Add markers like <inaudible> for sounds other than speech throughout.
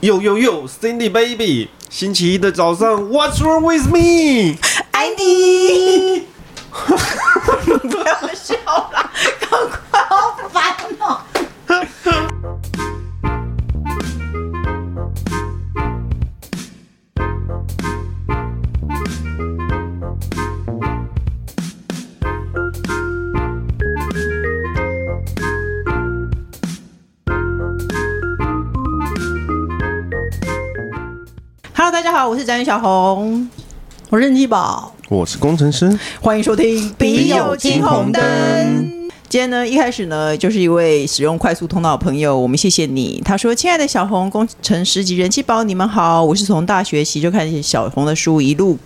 呦呦呦，Cindy baby，星期一的早上，What's wrong with me？艾迪，不要笑啦，赶快，好烦哦！Hello，大家好，我是展宇小红，我是任基宝，我是工程师，欢迎收听《笔友青红灯》。今天呢，一开始呢，就是一位使用快速通道的朋友，我们谢谢你。他说：“亲爱的小红工程师及人气宝，你们好，我是从大学起就看小红的书，一路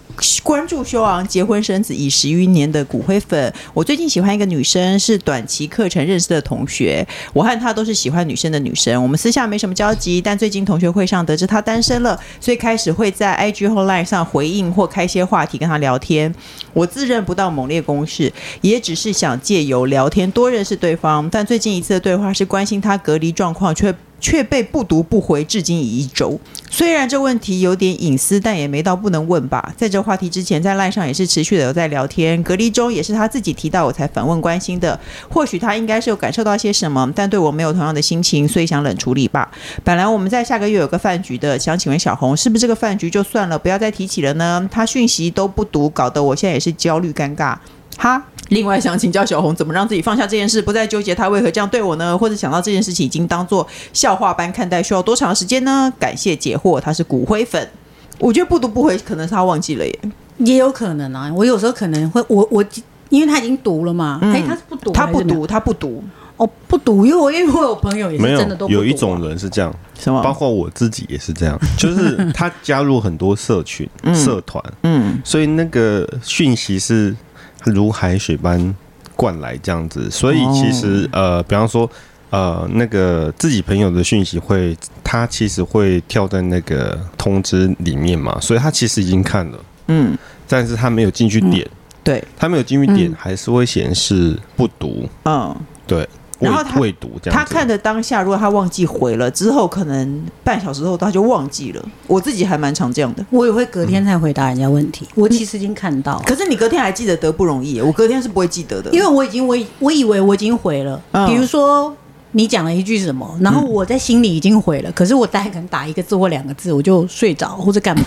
关注修昂结婚生子已十余年的骨灰粉。我最近喜欢一个女生，是短期课程认识的同学，我和她都是喜欢女生的女生，我们私下没什么交集，但最近同学会上得知她单身了，所以开始会在 IG 或 Line 上回应或开一些话题跟她聊天。我自认不到猛烈攻势，也只是想借由聊天多认识对方。但最近一次的对话是关心他隔离状况，却却被不读不回，至今已一周。虽然这问题有点隐私，但也没到不能问吧。在这话题之前，在赖上也是持续的有在聊天，隔离中也是他自己提到我才反问关心的。或许他应该是有感受到些什么，但对我没有同样的心情，所以想冷处理吧。本来我们在下个月有个饭局的，想请问小红，是不是这个饭局就算了，不要再提起了呢？他讯息都不读，搞得我现在也是焦虑尴尬。哈。另外想请教小红，怎么让自己放下这件事，不再纠结他为何这样对我呢？或者想到这件事情已经当做笑话般看待，需要多长时间呢？感谢解惑，他是骨灰粉。我觉得不读不回，可能是他忘记了耶。也有可能啊，我有时候可能会，我我因为他已经读了嘛，哎、他是不读，嗯他不，读，他不读哦，不读，因为我因为我有朋友也是没有真的都，不读啊有一种人是这样，什包么？括我自己也是 <laughs> 这样，就是他加入很多社群、社团，嗯，所以那个讯息是如海水般灌来这样子，所以其实、呃，比方说呃，那个自己朋友的讯息会，他其实会跳在那个通知里面嘛，所以他其实已经看了，嗯，但是他没有进去点，对，他没有进去点，还是会显示不读，嗯。对，未然后他未读这样他子看的当下，如果他忘记回了之后，可能半小时后他就忘记了。我自己还蛮常这样的。我也会隔天才回答人家问题，嗯我其实已经看到了，可是你隔天还记得得不容易耶，我隔天是不会记得的，因为我已经我以我以为我已经回了，嗯比如说。你讲了一句什么，然后我在心里已经回了，可是我大概可能打一个字或两个字，我就睡着或者干 <laughs> 嘛。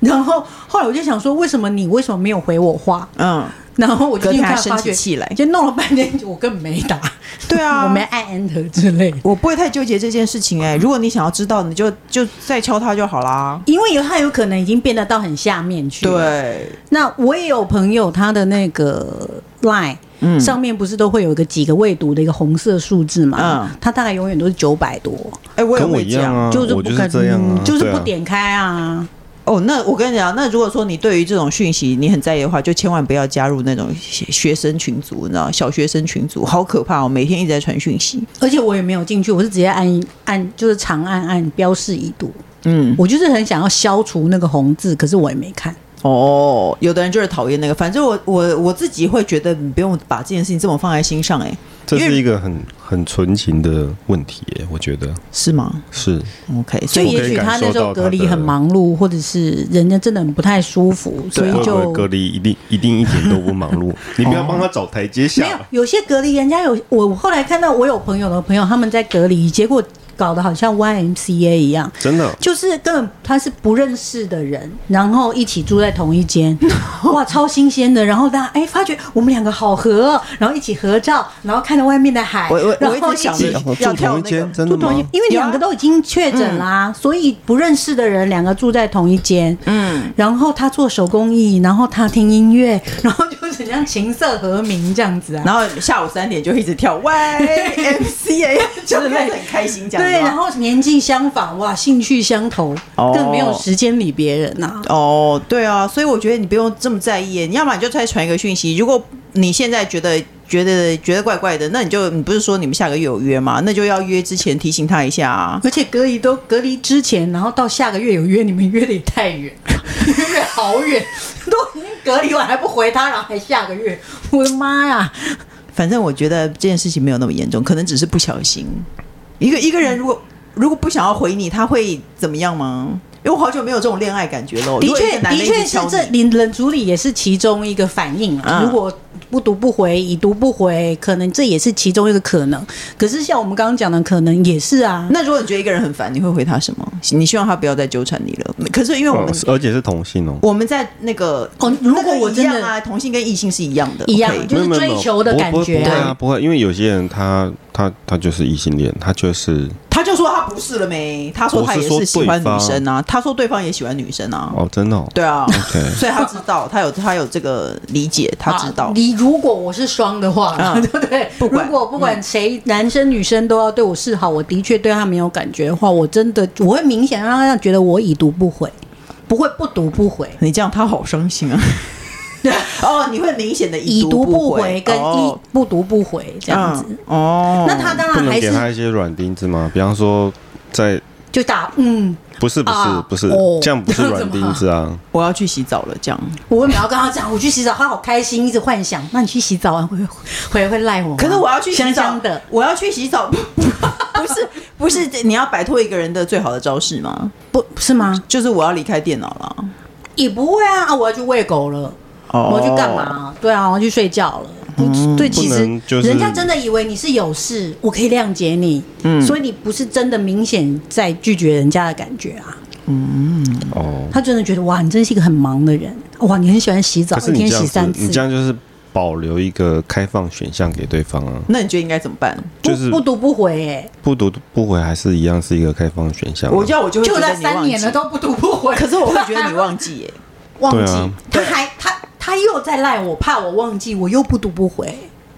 然后后来我就想说，为什么你为什么没有回我话？嗯，然后我就隔天开还始生发起觉，气来。就弄了半天，我根本没打，对 <laughs> 啊，我没按 enter 之类的。我不会太纠结这件事情哎、如果你想要知道，你就就再敲他就好啦。因为有他有可能已经变得到很下面去。，对，那我也有朋友，他的那个 Line、嗯上面不是都会有一个几个未读的一个红色数字嘛？嗯他大概永远都是九百多，哎、我也跟我会一这样样。啊，就是我不就是肯，这样啊，就是对不啊点开啊。哦，那我跟你讲，那如果说你对于这种讯息你很在意的话，就千万不要加入那种学学生群组，你知道，小学生群组好可怕哦，每天一直在传讯息。而且我也没有进去，我是直接按按，就是长按按标示已读。嗯，我就是很想要消除那个红字，可是我也没看。哦，有的人就是讨厌那个，反正我我我自己会觉得你不用把这件事情这么放在心上、哎，这因是为一个很很纯情的问题耶，我觉得是吗是。 ？OK，所就以我可以也许他那时感候受到他的隔离很忙碌，或者是人家真的很不太舒服，所以啊会不就会隔离一定一定一点都不忙碌？你不要帮他找台阶没有下。有些隔离，人家有我我后来看到我有朋友的朋友他们在隔离，结果搞得好像 YMCA 一样。真的，就是根本他是不认识的人，然后一起住在同一 <laughs> 间，哇，超新鲜的。然后大家哎，发觉我们两个好合、哦，然后一起合照，然后看着外面的海，我我然我后一直起想着哦要住跳同一那个间，真的吗？因为两个有都已经确诊啦、所以不认识的人两个住在同一间，嗯，然后他做手工艺，然后他听音乐，然后就是很像琴瑟和鸣这样子啊。然后下午三点就一直跳 <laughs> YMCA，就是开始很开心这样。对，是吧然后年纪相仿，哇，兴趣相投，哦更没有时间理别人呐、哦，对啊，所以我觉得你不用这么在意欸耶，你要么你就再传一个讯息。如果你现在觉得觉得觉得怪怪的，那你就你不是说你们下个月有约吗？那就要约之前提醒他一下啊。而且隔离都隔离之前，然后到下个月有约，你们约的也太远了， <laughs> 约得好远， <laughs> 都已经隔离完还不回他，然后还下个月，我的妈呀！反正我觉得这件事情没有那么严重，可能只是不小心。一个一个人如果如果不想要回你，他会怎么样吗？因为我好久没有这种恋爱感觉了。的如哦果一确，个男的的确一直是敲这你冷冷处理也是其中一个反应啊。嗯如果不读不回，已读不回，可能这也是其中一个可能。可是像我们刚刚讲的，可能也是啊。那如果你觉得一个人很烦，你会回他什么？你希望他不要再纠缠你了。可是因为我们、哦而且是同性哦。我们在那个哦如果我真的那个一样啊，同性跟异性是一样的，一样 OK 就是没有没有追求的不会感觉啊不会不会啊，不会，因为有些人他他他就是异性恋，他就是他就说他不是了没？他说他也是喜欢女生啊，他说对方也喜欢女生啊，哦，真的、哦，对啊 OK <laughs> 所以他知道，他有他有这个理解，他知道啊。你如果我是双的话，<laughs> 嗯对不对？不管嗯如果不管谁，男生女生都要对我示好，我的确对他没有感觉的话，我真的我会明显让他觉得我已读不回，不会不读不回。你这样他好伤心啊。 <laughs> 哦，你会明显的已读读不回回跟一哦不读不回这样子，嗯哦，那他当不然能还给是他一些软钉子吗？比方说在就打嗯，不是不是、啊不是、哦这样不是那怎软么钉子 <laughs> 啊，我要去洗澡了，这样。我为什么要跟他讲？我去洗澡，他好开心，一直幻想。那你去洗澡完会会会赖我吗？可是我要去洗澡，香香的，我要去洗 <laughs> 澡，不是不是，你要摆脱一个人的最好的招式吗？不是吗？就是我要离开电脑了，也不会啊，啊我要去喂狗了，哦我要去干？嘛？对啊，我要去睡觉了。对，其嗯不实能就是人家真的以为你是有事，我可以谅解你，嗯所以你不是真的明显在拒绝人家的感觉啊。哦，他真的觉得哇，你真是一个很忙的人，哇，你很喜欢洗澡可，是一你天这样洗三子，次你这，样就是保留一个开放选项给对方啊，那你觉得应该怎么办？不就是不读不回，哎，不读不回还是一样是一个开放选项啊、我叫我就会就觉得在你忘三记年了，都不读不回，可是我会觉得你忘记耶，忘记对啊， <laughs> 他还他他又在赖我，怕我忘记，我又不读不回。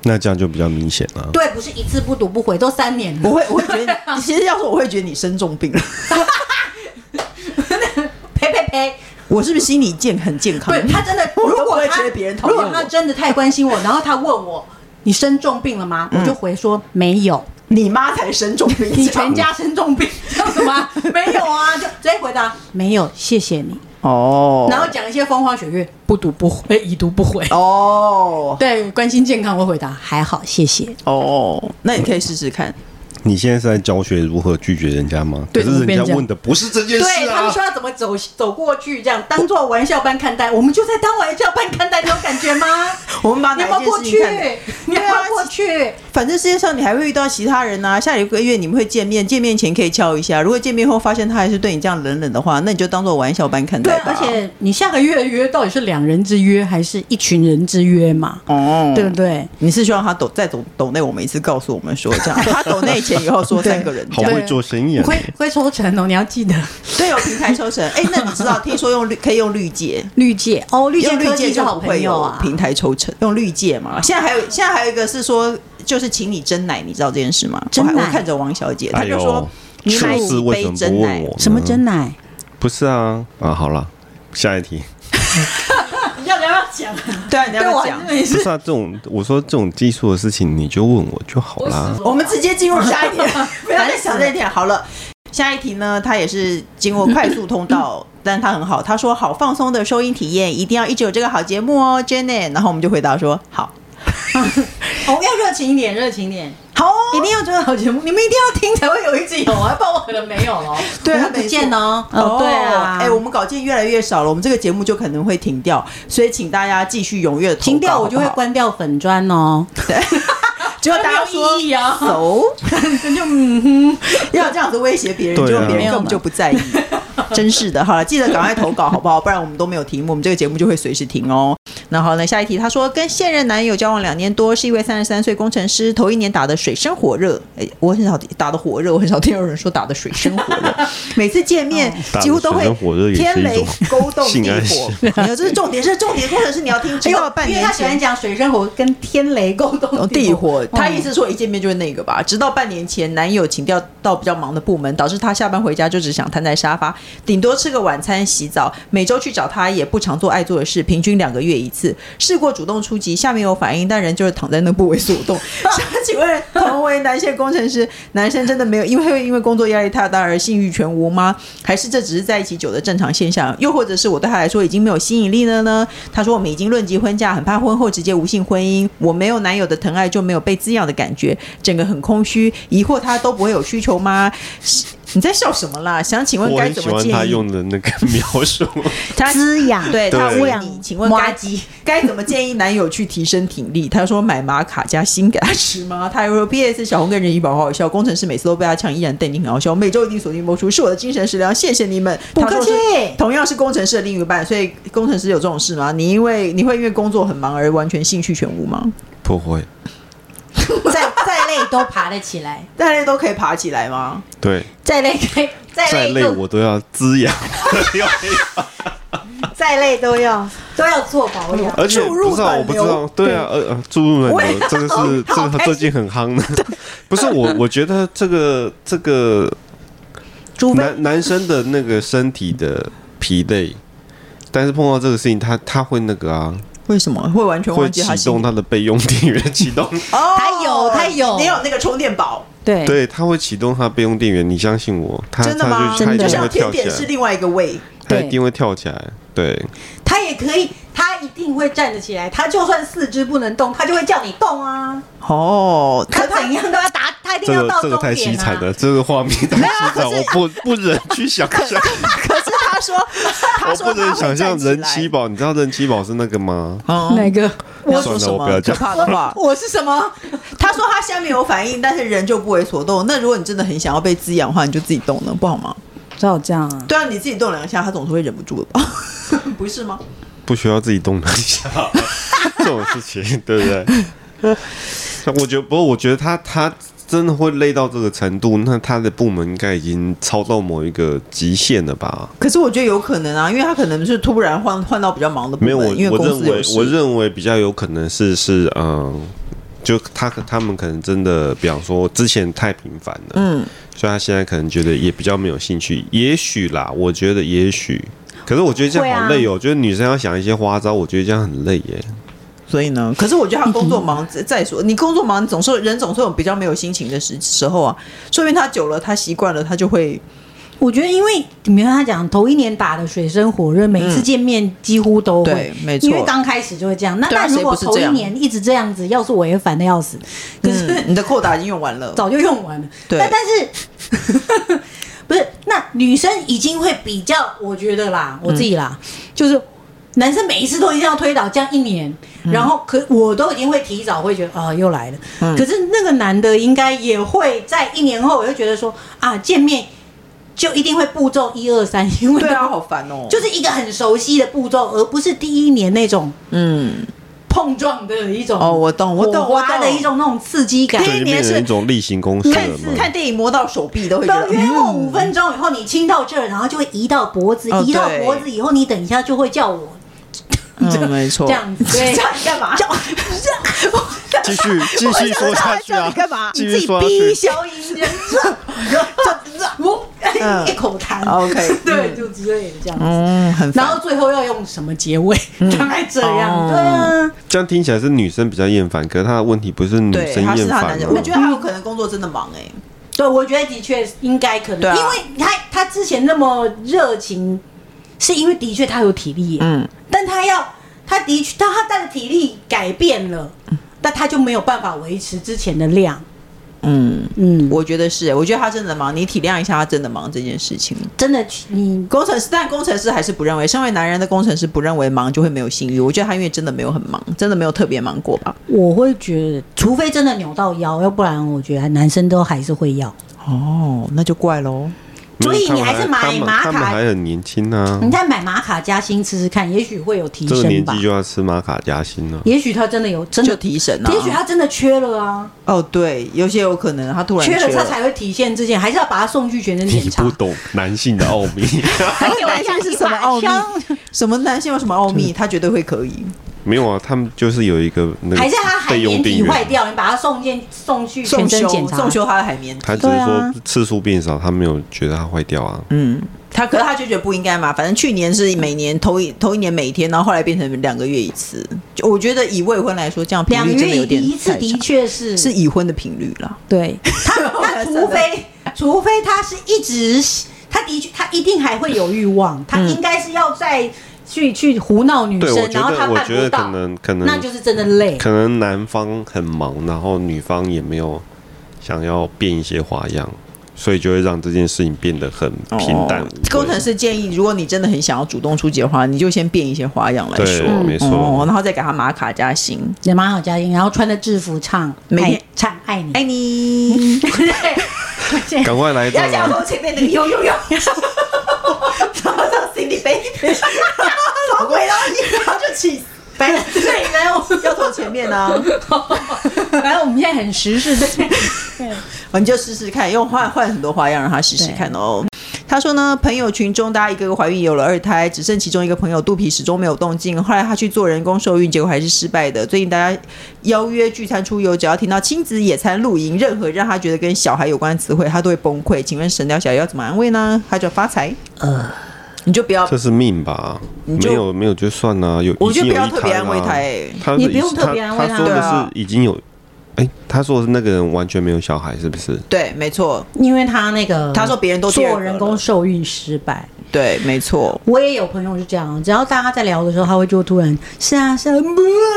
那这样就比较明显啊了、对，不是一次不读不回，都三年 <laughs> 我了，会我会觉得 <laughs> 你，其实要说我会觉得你生重病了，呸呸呸！我是不是心理健很健康？对他真 <laughs> 的， <laughs> 我如都不果会他觉得别人讨如厌果他我。真的太关心我，然后他问我你生重病了吗？我就回说没有，你妈才生重病，嗯你全家生重病这样子 <laughs> 吗？没有啊，就直接回答没有，谢谢你。哦然后讲一些风花雪月，不读不回，已读不回。哦对，关心健康，我会回答还好，谢谢。哦，那你可以试试看。你现在是在教学如何拒绝人家吗？对可是怎么变人家这样问的不是这件对事他啊们。说要怎么走走过去，这样当做玩笑般看待，我们就在当玩笑般看待，你有感 <laughs> 觉吗？我们把你哪有一没有件过事去情看得？你有没有过去？反正世界上你还会遇到其他人呐、下一个月你们会见面，见面前可以敲一下。如果见面后发现他还是对你这样冷冷的话，那你就当做玩笑般看对待啊，吧。而且你下个月约到底是两人之约还是一群人之约嘛？哦，对不对？你是希望他抖在抖抖内，我每次告诉我们说 <laughs> 这样，他抖内前以后说三个人好这样，会做生嗯意啊！会会抽成哦，你要记得对，有平台抽成。 <laughs> 哎、那你知道，听说用绿可以用绿界，绿界哦，绿界用科绿技界是就好不朋会友有啊。平台抽成，啊用绿界嘛。现在还有现在还有一个是说，就是请你蒸奶，你知道这件事吗？蒸我还奶我看着王小姐，她哎就呦，说、你买是几为什么杯不真问奶我？呢什么真？奶？不是啊啊！好了，下一题。嗯你要不要讲？对啊，你要对不我要还讲？真的不是啊，这种我说这种技术的事情，你就问我就好啦。我们直接进入下一 <laughs> 题，不要再想这一点。好了，下一题呢，它也是经过快速通道，但它很好。他说好放松的收音体验，一定要一直有这个好节目哦 j e n n 然后我们就回答说好，哦，要热情一点，热情一点，好哦。一定要做好节目，你们一定要听才会有一集有啊，不然我可能没有了。对啊我们不见哦。哦，对啊，哎、我们稿件越来越少了，我们这个节目就可能会停掉，所以请大家继续踊跃地投稿停掉我就会。好不好关掉粉砖哦。 <laughs> <laughs> 结果大没家有说意义啊走，就嗯哼， <laughs> 要这样子威胁别人，对啊结果别人根本就不在意。真是的，好了，记得赶快投稿好不好？不然我们都没有题目，我们这个节目就会随时停哦。然后呢，下一题，他说跟现任男友交往两年多，是一位三十三岁工程师，头一年打的水深火热。哎，我很少打的火热，我很少听有人说打的水深火热。 <laughs> 哦每次见面打得几乎都水会深火热也是一种天雷勾动 <laughs> 地性暗示火。哎没有，这是重点，这是重点。工程师你 <laughs> 要听，知道半哎因为年他喜前哦欢讲水深火跟天雷勾动地火，他意一直。思说一见面就是那个吧。直到半年前，男友请调到比较忙的部门，导致他下班回家就只想瘫在沙发，顶多吃个晚餐、洗澡。每周去找他也不常做爱做的事，平均两个月一次。试过主动出击，下面有反应，但人就是躺在那不为所动。 <laughs> 想请问，同为男性工程师，男生真的没有因 <laughs> 为会因为工作压力太大而性欲全无吗？还是这只是在一起久的正常现象？又或者是我对他来说已经没有吸引力了呢？他说我们已经论及婚嫁，很怕婚后直接无性婚姻。我没有男友的疼爱就没有被滋养的感觉，整个很空虚，疑惑他都不会有需求吗？你在笑什么啦？想请问我该很怎喜么欢他建议？用的那个描述，他滋养对对他滋问你，养请问挖该机该怎么建议男友去提升挺力？他说买玛卡加锌给他吃吗？ <laughs> 他还说 P.S. 小红跟人鱼宝宝好好笑，工程师每次都被他呛，依然对你很好笑。我每周一定锁定播出，是我的精神食粮，谢谢你们。不客气他说是同样是工程师的另一半，所以工程师有这种事吗？你因为你会因为工作很忙而完全兴趣全无吗？不会， <laughs> 再再累都爬得起来，大家都可以爬起来吗？对，再累可以再再累累我都要滋养，再累都要都要做保养。而且注入不知道我不知暖道流，对啊，呃，呃注入我暖也流这个好是这好个开最近很夯 <laughs> 的，不是我，我觉得这个这个除非男男生的那个身体的疲累，但是碰到这个事情，他他会那个啊，为什么会完全会忘记启他兴动他的备用电源，启 <laughs> 动，哦，他有他有你有那个充电宝，对对，他会启动他的备用电源，你相信我，他真的吗？他就他一真的就定像会甜跳起点是来，另外一个胃，他一定会跳起来，对，他也可以，他一定会站得起来。他就算四肢不能动，他就会叫你动啊。哦，他怎样都要打，他一定这要个到这个太终啊凄点惨啊！了，这个画面太凄惨，我不 <laughs> 不忍去想象，可是他说， <laughs> 他我说不他能会想象站起人来七宝，你知道人七宝是那个吗？哦个？不要算说了什我么不要可讲怕的话。我是什么？他说他下面有反应，但是人就不为所动。那如果你真的很想要被滋养的话，你就自己动呢，不好吗？照这样啊？对啊，你自己动两下，他总是会忍不住的吧？ <laughs> 不是吗？不需要自己动两 <laughs> 下这种事情，对不对？我觉得，不过我觉得他他真的会累到这个程度，那他的部门应该已经超到某一个极限了吧？可是我觉得有可能啊，因为他可能是突然换换到比较忙的部没门，有，我因为我公认司有为事我认为比较有可能是是嗯、就他他们可能真的，比方说之前太频繁了，嗯，所以他现在可能觉得也比较没有兴趣，也许啦，我觉得也许。可是我觉得这样好累哦，就是女生要想一些花招，我觉得这样很累耶。所以呢，可是我觉得他工作忙，再再说你工作忙，你总是人总是有比较没有心情的时时候啊，说明他久了，他习惯了，他就会我觉得，因为你跟他讲，头一年打的水深火热，每一次见面几乎都会，嗯对没错因为刚开始就会这样。那对啊但如果谁不是头这一样年一直这样子，要是我也烦的要死。可是、嗯你的扣打已经用完了，早就用完了。对那但是不是？那女生已经会比较，我觉得啦，嗯我自己啦，就是男生每一次都一定要推倒，这样一年，嗯然后可我都已经会提早会觉得啊、又来了。嗯可是那个男的应该也会在一年后，我就觉得说啊见面就一定会步骤一二三，因为对啊，好烦哦，就是一个很熟悉的步骤，而不是第一年那种嗯，碰撞的一种哦我懂我懂火花我懂的一种那种刺激感。对啊对，就变成一种例行公事看了嘛。看电影摸到手臂都会觉得到约莫嗯五分钟以后，你亲到这儿，然后就会移到脖子，哦移到对脖子以后，你等一下就会叫我，这嗯，没 <laughs> 错，这样子，对，叫你 <laughs> 干嘛？叫继 <laughs> 续继续说下去叫啊你！干嘛？继你续自己说下逼去一下。消音，这样这样我嗯一口痰 OK，对，嗯就之类的这样子。嗯，很然烦。后最后要用什么结尾？大概这样，哦对啊，这样听起来是女生比较厌烦，可是她的问题不是女对，生他是厌他男烦哦人，吗？我觉得他有可能工作真的忙哎、对，我觉得的确应该可对能，啊因为他他之前那么热情，是因为的确他有体力耶，嗯，但他要，他的确，他他的体力改变了，但他就没有办法维持之前的量。嗯，嗯，我觉得是、欸，我觉得他真的忙，你体谅一下他真的忙这件事情。真的去，你工程师，但工程师还是不认为，身为男人的工程师不认为忙就会没有性欲。我觉得他因为真的没有很忙，真的没有特别忙过吧。我会觉得，除非真的扭到腰，要不然我觉得男生都还是会要。哦，那就怪喽。没有所以你还他们是买他们玛卡他们还很年轻啊你，再买玛卡加薪吃吃看，也许会有提这个升年吧纪。就要吃玛卡夹心了。也许他真的有，真就的，提神啊！也许他真的缺了啊，哦，对，有些有可能他突然缺了了他才会体现之前，还是要把他送去全身检你查不。懂男性的奥 <laughs> 秘，还有男性是什么奥秘？什么男性有什么奥秘？他绝对会可以。没有啊，他们就是有一个那还是他个海备用绵电体坏源，掉，你把他送进送去全送身修检查，送修他的海绵体。他只是对啊说次数变少，他没有觉得它坏掉啊。嗯，他可是他就觉得不应该嘛，反正去年是每年头一头一年每一天，然后后来变成两个月一次。就我觉得以未婚来说，这样频两率真的月有点一次太的长确是是已婚的频率啦。对 <laughs> 他，那除非除非他是一直，他的确他一定还会有欲望，他应该是要再去去胡闹女对，我生，觉然后他得我办觉得不可到，能可那能就是真的累。可能男方很忙，然后女方也没有想要变一些花样，所以就会让这件事情变得很平淡无哦味。工程师建议，如果你真的很想要主动出击的话，你就先变一些花样来说，对，没哦，嗯错。然后再给他玛卡加薪，也蛮好加音，然后穿着制服唱，每天爱唱爱哎你，爱你。对，赶快来到要像我前面那个呦呦 <laughs> 呦，然后上 Cindy <laughs> Baby，什么鬼东西，然后就起白人对 <laughs> 然后要从前面啊，反正我们现在很时事， <laughs> 对，对你就试试看，用换换很多花样让他试试看哦。他说呢，朋友群中大家一个个怀孕，有了二胎，只剩其中一个朋友肚皮始终没有动静。后来他去做人工受孕，结果还是失败的。最近大家邀约聚餐出游，只要听到亲子野餐、露营，任何让他觉得跟小孩有关的词汇，他都会崩溃。请问神雕侠侣要怎么安慰呢？他就发财，呃你就不要这是命吧？啊就没有没有就算了，有我已觉经得不有要一特别胎安慰他、啦。欸，他你是不用已特别安慰他他说对的啊是已经有，哎，他说的是那个人完全没有小孩，是不是？对，没错，因为他那个他说别人都第二做个人工了受孕失败，对，没错，我也有朋友是这样，只要大家在聊的时候，他会就突然是啊是啊，嗯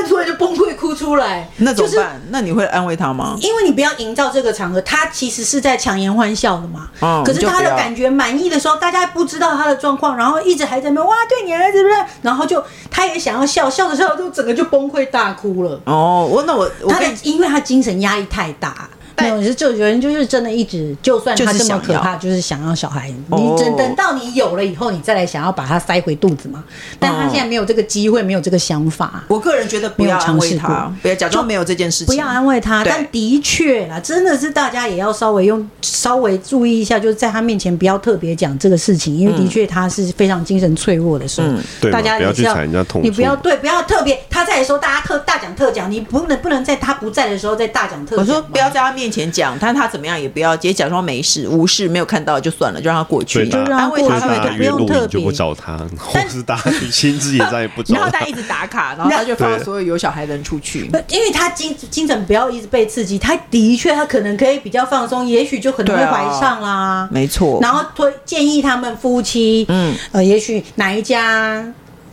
突然就崩溃哭出来，那怎就么是办？那你会安慰他吗？因为你不要营造这个场合，他其实是在强颜欢笑的嘛。嗯可是他你就的不要感觉满意的时候，大家不知道他的状况，然后一直还在那边哇，对你儿子不是，然后就他也想要笑，笑着笑着就整个就崩溃大哭了。哦，我那我我他的跟你因为他精神压力太大。没有，是就有人就是真的一直，就算他这么可怕，就是想要小孩。哦你等等到你有了以后，你再来想要把它塞回肚子嘛。但他现在没有这个机会，没有这个想法。我个人觉得不要安慰没有尝他试过，不要假装没有这件事情，不要安慰他，对但的确啦，真的是大家也要稍微用稍微注意一下，就是在他面前不要特别讲这个事情，因为的确他是非常精神脆弱的时候，嗯对嘛大家不要也是去踩人家痛处你不要对，不要特别他在的时候大家特大讲特讲，你不能不能在他不在的时候再大讲特讲我嘛。说不要在他面前讲，但他怎么样也不要，也假装没事、无视、没有看到就算了，就让他过所去，以大就让他安慰过所他以去他大会家感约觉。用录特影就不别找他，或是大家去亲自也再也不找 <laughs> 然后他他。一直打卡，然后他就放所有有小孩的人出去。不，因为他精精神不要一直被刺激，他的确他可能可以比较放松，也许就可能会对啊怀上啦。没错然后推建议他们夫妻，嗯嗯，呃，也许哪一家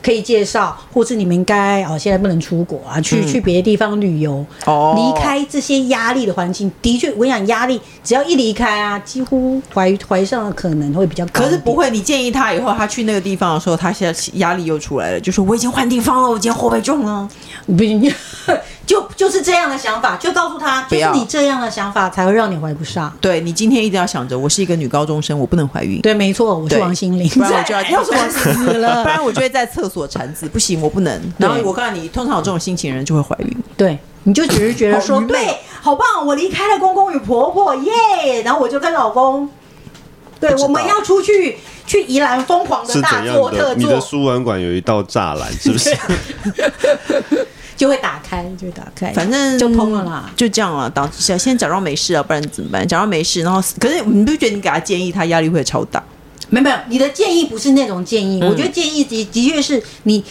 可以介绍，或是你们应该哦，现在不能出国啊，去、去别的地方旅游，嗯哦离开这些压力的环境。的确，我跟你讲，压力只要一离开啊，几乎怀怀上的可能会比较高一点。可是不会，你建议他以后，他去那个地方的时候，他现在压力又出来了，就说我已经换地方了，我今天后背重了。 <laughs> 不行，就就是这样的想法，就告诉他，不就要是你这样的想法才会让你怀不上。对你今天一定要想着，我是一个女高中生，我不能怀孕。对，没错，我是对王心凌，不然我就要要是 <laughs> 王心凌了，不然我就会在厕所产子，不行，我不能。然后我告诉你，通常有这种心情的人就会怀孕。对，你就只是觉得说好愚昧对，好棒，我离开了公公与婆婆，耶！然后我就跟老公，对不，知道我们要出去去宜兰疯狂是的大怎做样特的？你的做，输卵管有一道栅栏，是不是？就会打开，就会打开，反正哎就通了啦。就这样了。当现在假装没事啊，不然怎么办？假装没事，然后可是你不觉得你给他建议，他压力会超大？没有没有，你的建议不是那种建议，嗯我觉得建议的的确是你，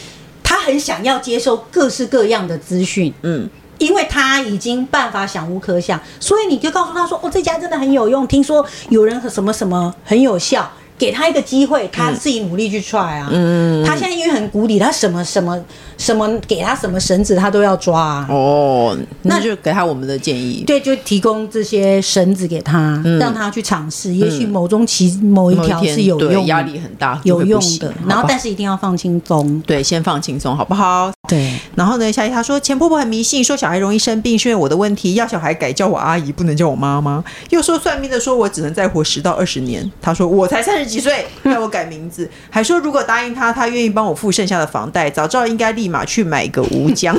他很想要接受各式各样的资讯，嗯，因为他已经办法想无可想，所以你就告诉他说：“哦，这家真的很有用，听说有人什么什么很有效。”给他一个机会，他自己努力去 try 啊。嗯，他现在因为很谷底，他什么什么什么给他什么绳子，他都要抓啊。哦，那那就给他我们的建议。对，就提供这些绳子给他，让他去尝试。也许某种其某一嗯某一条天是有对用的，压力很大就有会不用行的好。然后吧，但是一定要放轻松。对，先放轻松，好不好？对，然后呢，夏一她说前婆婆很迷信，说小孩容易生病是因为我的问题，要小孩改叫我阿姨，不能叫我妈妈。又说算命的说我只能再活十到二十年，她说我才三十几岁，要我改名字，还说如果答应她，她愿意帮我付剩下的房贷。早知道应该立马去买个吴江。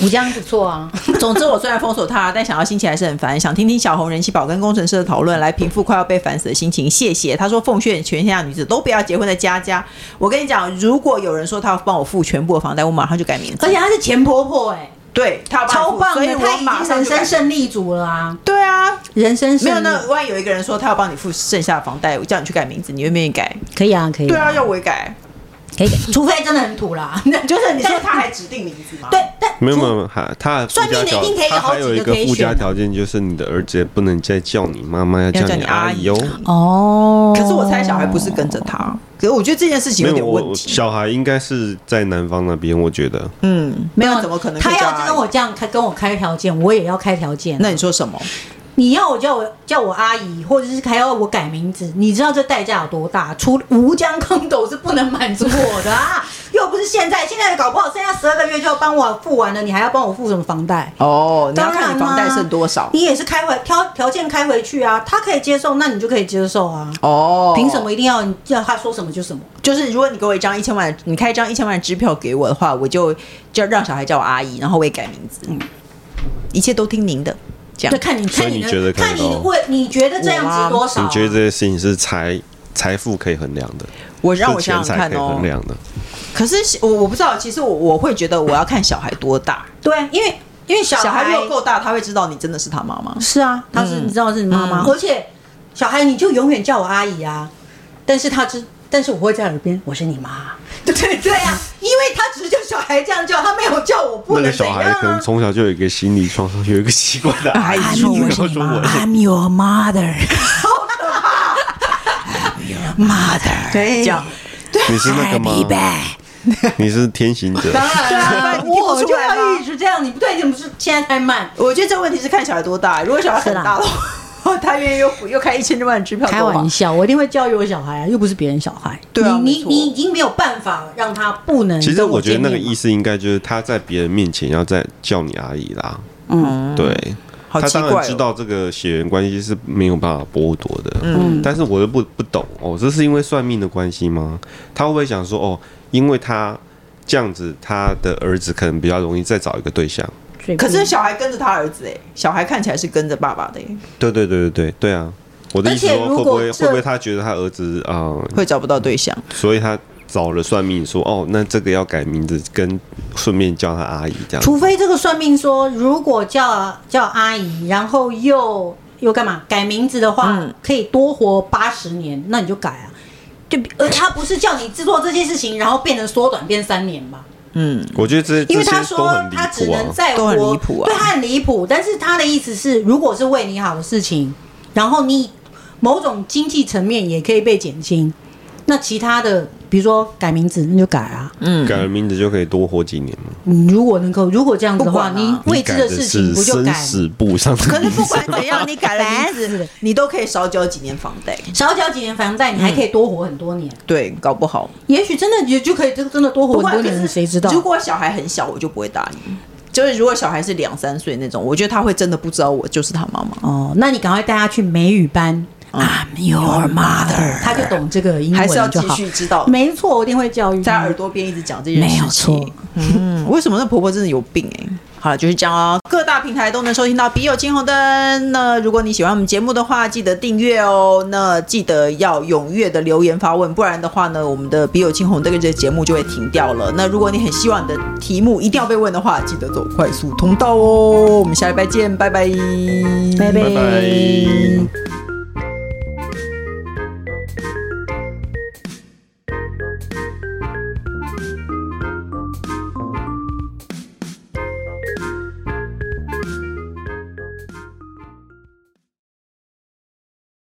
吴江不错啊。 <laughs> 总之，我虽然封锁他，但想要心情还是很烦。想听听小红、人气宝跟工程师的讨论，来平复快要被烦死的心情。谢谢。他说奉劝全天下女子都不要结婚的佳佳。我跟你讲，如果有人说他要帮我付全部的房贷，我马上就改名字。 <laughs> 而且她是前婆婆哎、对，他要帮我超付棒所以的，她我已马经上人就改生胜利组了啊！对啊。人生胜没利有，那万一有一个人说他要帮你付剩下的房贷，我叫你去改名字，你愿不愿意改？可以啊，可以、对啊，要我也改，可以，除非真的很土 <laughs> 啦，就是你说他还指定名字吗？对，但 <laughs> 没有没有，没有还他附算命加的条一定可以，有他好还几有个一个可以附加选条件，就是你的儿子也不能再叫你妈妈，要要叫叫你你阿姨哦。哦，可是我猜小孩不是跟着他，可是我觉得这件事情没有有点我问我题。小孩应该是在南方那边，我觉得嗯，没有那怎么可能可以他叫要阿姨跟我这样开跟我开条件，我也要开条件。那你说什么？你要我叫我叫我阿姨，或者是还要我改名字，你知道这代价有多大？除吴江康斗是不能满足我的 <laughs> 啊！又不是现在，现在搞不好剩下十二个月就要帮我付完了，你还要帮我付什么房贷？哦，你要当然啊看你房贷剩多少你也是开回条条件开回去啊，他可以接受，那你就可以接受啊。哦。凭什么一定要你要他说什么就什么？就是如果你给我一张一千万的，你开一张一千万的支票给我的话，我就就让小孩叫我阿姨，然后我也改名字，一切都听您的，这对，样。看你所以看你你觉得的看看你到为你觉得这样我吗值多少啊？你觉得这些事情是财财富可以衡量的，我让我是想钱想财看可以哦衡。量的。可是我我不知道，其实我我会觉得我要看小孩多大，对，因为因为小小孩孩如果够大，他会知道你真的是他妈妈。是啊，他是、嗯你知道是你妈妈，嗯而且小孩你就永远叫我阿姨啊，但是他知，但是我会在耳边我是你妈， <laughs> 对对对啊，因为他只是叫小孩这样叫，他没有叫我不那能个小怎孩样可能啊。从小就有一个心理创伤，有一个习惯的阿姨哎说呦我 <laughs> 说我是 I'm your <laughs> mother. <laughs> 对，这样你是那个吗？你是天行者，当然对啊啊 <laughs> 不然，你听不我出就来吗要一直这样，你不对，你不是现在太慢。我觉得这问题是看小孩多大。如果小孩很大的话，他愿意又又开一千万 <laughs> 支票给开我玩吧，笑，我一定会教育我小孩啊，又不是别人小孩。对啊，你你没错你已经没有办法让他不能其实跟我我觉得见那面个嘛。意思应该就是他在别人面前要再叫你阿姨啦。嗯，对。好他奇当怪然哦知道这个血缘关系是没有办法剥夺的，嗯嗯但是我又不不懂哦，这是因为算命的关系吗？他会不会想说哦，因为他这样子，他的儿子可能比较容易再找一个对象？所以不可是小孩跟着他儿子哎、小孩看起来是跟着爸爸的、欸，对对对对对对啊！我的意思而且说，如会果不会这会不会他觉得他儿子啊、呃会找不到对象。所以他找了算命说哦，那这个要改名字，跟顺便叫他阿姨这样。除非这个算命说，如果叫叫阿姨，然后又又干嘛改名字的话，嗯可以多活八十年，那你就改啊。就而他不是叫你制作这些事情，然后变成缩短变三年吧？嗯，我觉得这因为这他些都说很离他只谱能啊。再都活，很离谱啊对他很离谱。但是他的意思是，如果是为你好的事情，然后你某种经济层面也可以被减轻，那其他的比如说改名字，那就改啊。改了名字就可以多活几年嘛？你如果能够，如果这样子的话，不管啊你未知你改的事情是不就生改？死簿上的可是名不字，管怎样，你改了名字，你都可以少缴几年房贷。少缴几年房贷，你还可以多活很多年。对，搞不好。嗯也许真的也就可以真真的多活不很管多可年，是谁知道？如果小孩很小，我就不会打你。就是如果小孩是两三岁那种，我觉得他会真的不知道我就是他妈妈。嗯哦，那你赶快带他去美语班，I'm 啊 your mother，他就懂这个英还是要文嗯就继好。续知 <laughs> 道，没错，我一定会教育在他耳。朵边一直讲这件事情。没有错，嗯， <laughs> 为什么那婆婆真的有病哎、好了，就是这样哦。各大平台都能收听到《笔友青红灯》。那如果你喜欢我们节目的话，记得订阅哦。那记得要踊跃的留言发问，不然的话呢，我们的《笔友青红灯》这个节目就会停掉了。那如果你很希望你的题目一定要被问的话，记得走快速通道哦。我们下礼拜见，拜拜，拜拜。